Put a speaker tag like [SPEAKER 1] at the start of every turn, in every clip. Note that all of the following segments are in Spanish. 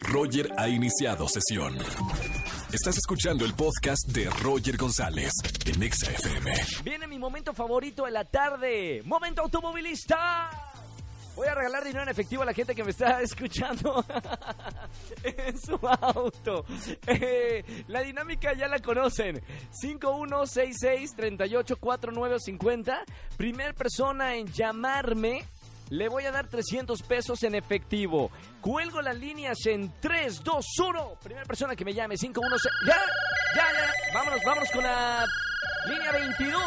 [SPEAKER 1] Roger ha iniciado sesión. Estás escuchando el podcast de Roger González en Exa FM.
[SPEAKER 2] Viene mi momento favorito de la tarde. Momento automovilista. Voy a regalar dinero en efectivo a la gente que me está escuchando en su auto. Eh, la dinámica ya la conocen. 5166-384950. Primer persona en llamarme. Le voy a dar 300 pesos en efectivo. Cuelgo las líneas en 3, 2, 1. Primera persona que me llame, 516. ¡Ya! ¡Ya, ya! Vámonos, vámonos con la línea 22.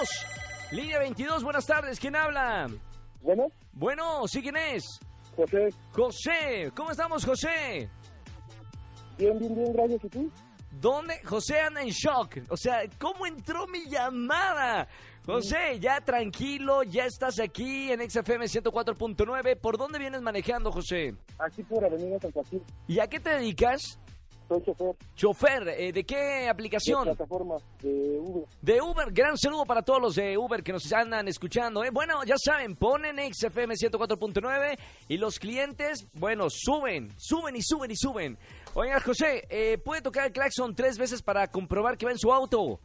[SPEAKER 2] Línea 22, buenas tardes. ¿Quién habla?
[SPEAKER 3] Bueno,
[SPEAKER 2] Bueno, ¿sí quién es?
[SPEAKER 3] José,
[SPEAKER 2] José. ¿Cómo estamos, José?
[SPEAKER 3] bien, bien, bien, gracias. ¿Y tú?
[SPEAKER 2] ¿Dónde? José anda en shock. O sea, ¿cómo entró mi llamada? José, ya tranquilo, ya estás aquí en XFM 104.9. ¿Por dónde vienes manejando, José?
[SPEAKER 3] Aquí por Avenida San Joaquín,
[SPEAKER 2] ¿Y a qué te dedicas?
[SPEAKER 3] soy chofer
[SPEAKER 2] Chofer, eh, ¿de qué
[SPEAKER 3] de
[SPEAKER 2] aplicación?
[SPEAKER 3] plataforma de Uber.
[SPEAKER 2] De Uber, gran saludo para todos los de Uber que nos andan escuchando. ¿eh? Bueno, ya saben, ponen XFM 104.9 y los clientes, bueno, suben, suben y suben y suben. Oigan, José, eh, ¿puede tocar el claxon tres veces para comprobar que va en su auto?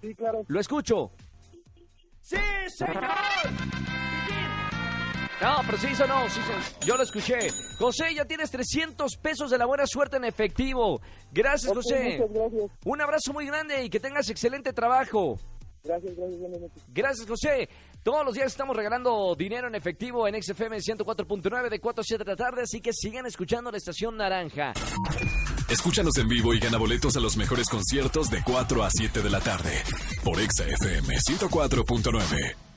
[SPEAKER 3] Sí, claro.
[SPEAKER 2] Lo escucho. ¡Sí, señor! No, pero sí hizo no, sí, sí, yo lo escuché. José, ya tienes 300 pesos de la buena suerte en efectivo. Gracias,
[SPEAKER 3] Ok,
[SPEAKER 2] José.
[SPEAKER 3] Muchas gracias.
[SPEAKER 2] Un abrazo muy grande y que tengas excelente trabajo.
[SPEAKER 3] Gracias, gracias, buenas noches.
[SPEAKER 2] Gracias, José. Todos los días estamos regalando dinero en efectivo en XFM 104.9 de 4 a 7 de la tarde, así que sigan escuchando la estación naranja.
[SPEAKER 1] Escúchanos en vivo y gana boletos a los mejores conciertos de 4 a 7 de la tarde por Exa FM 104.9.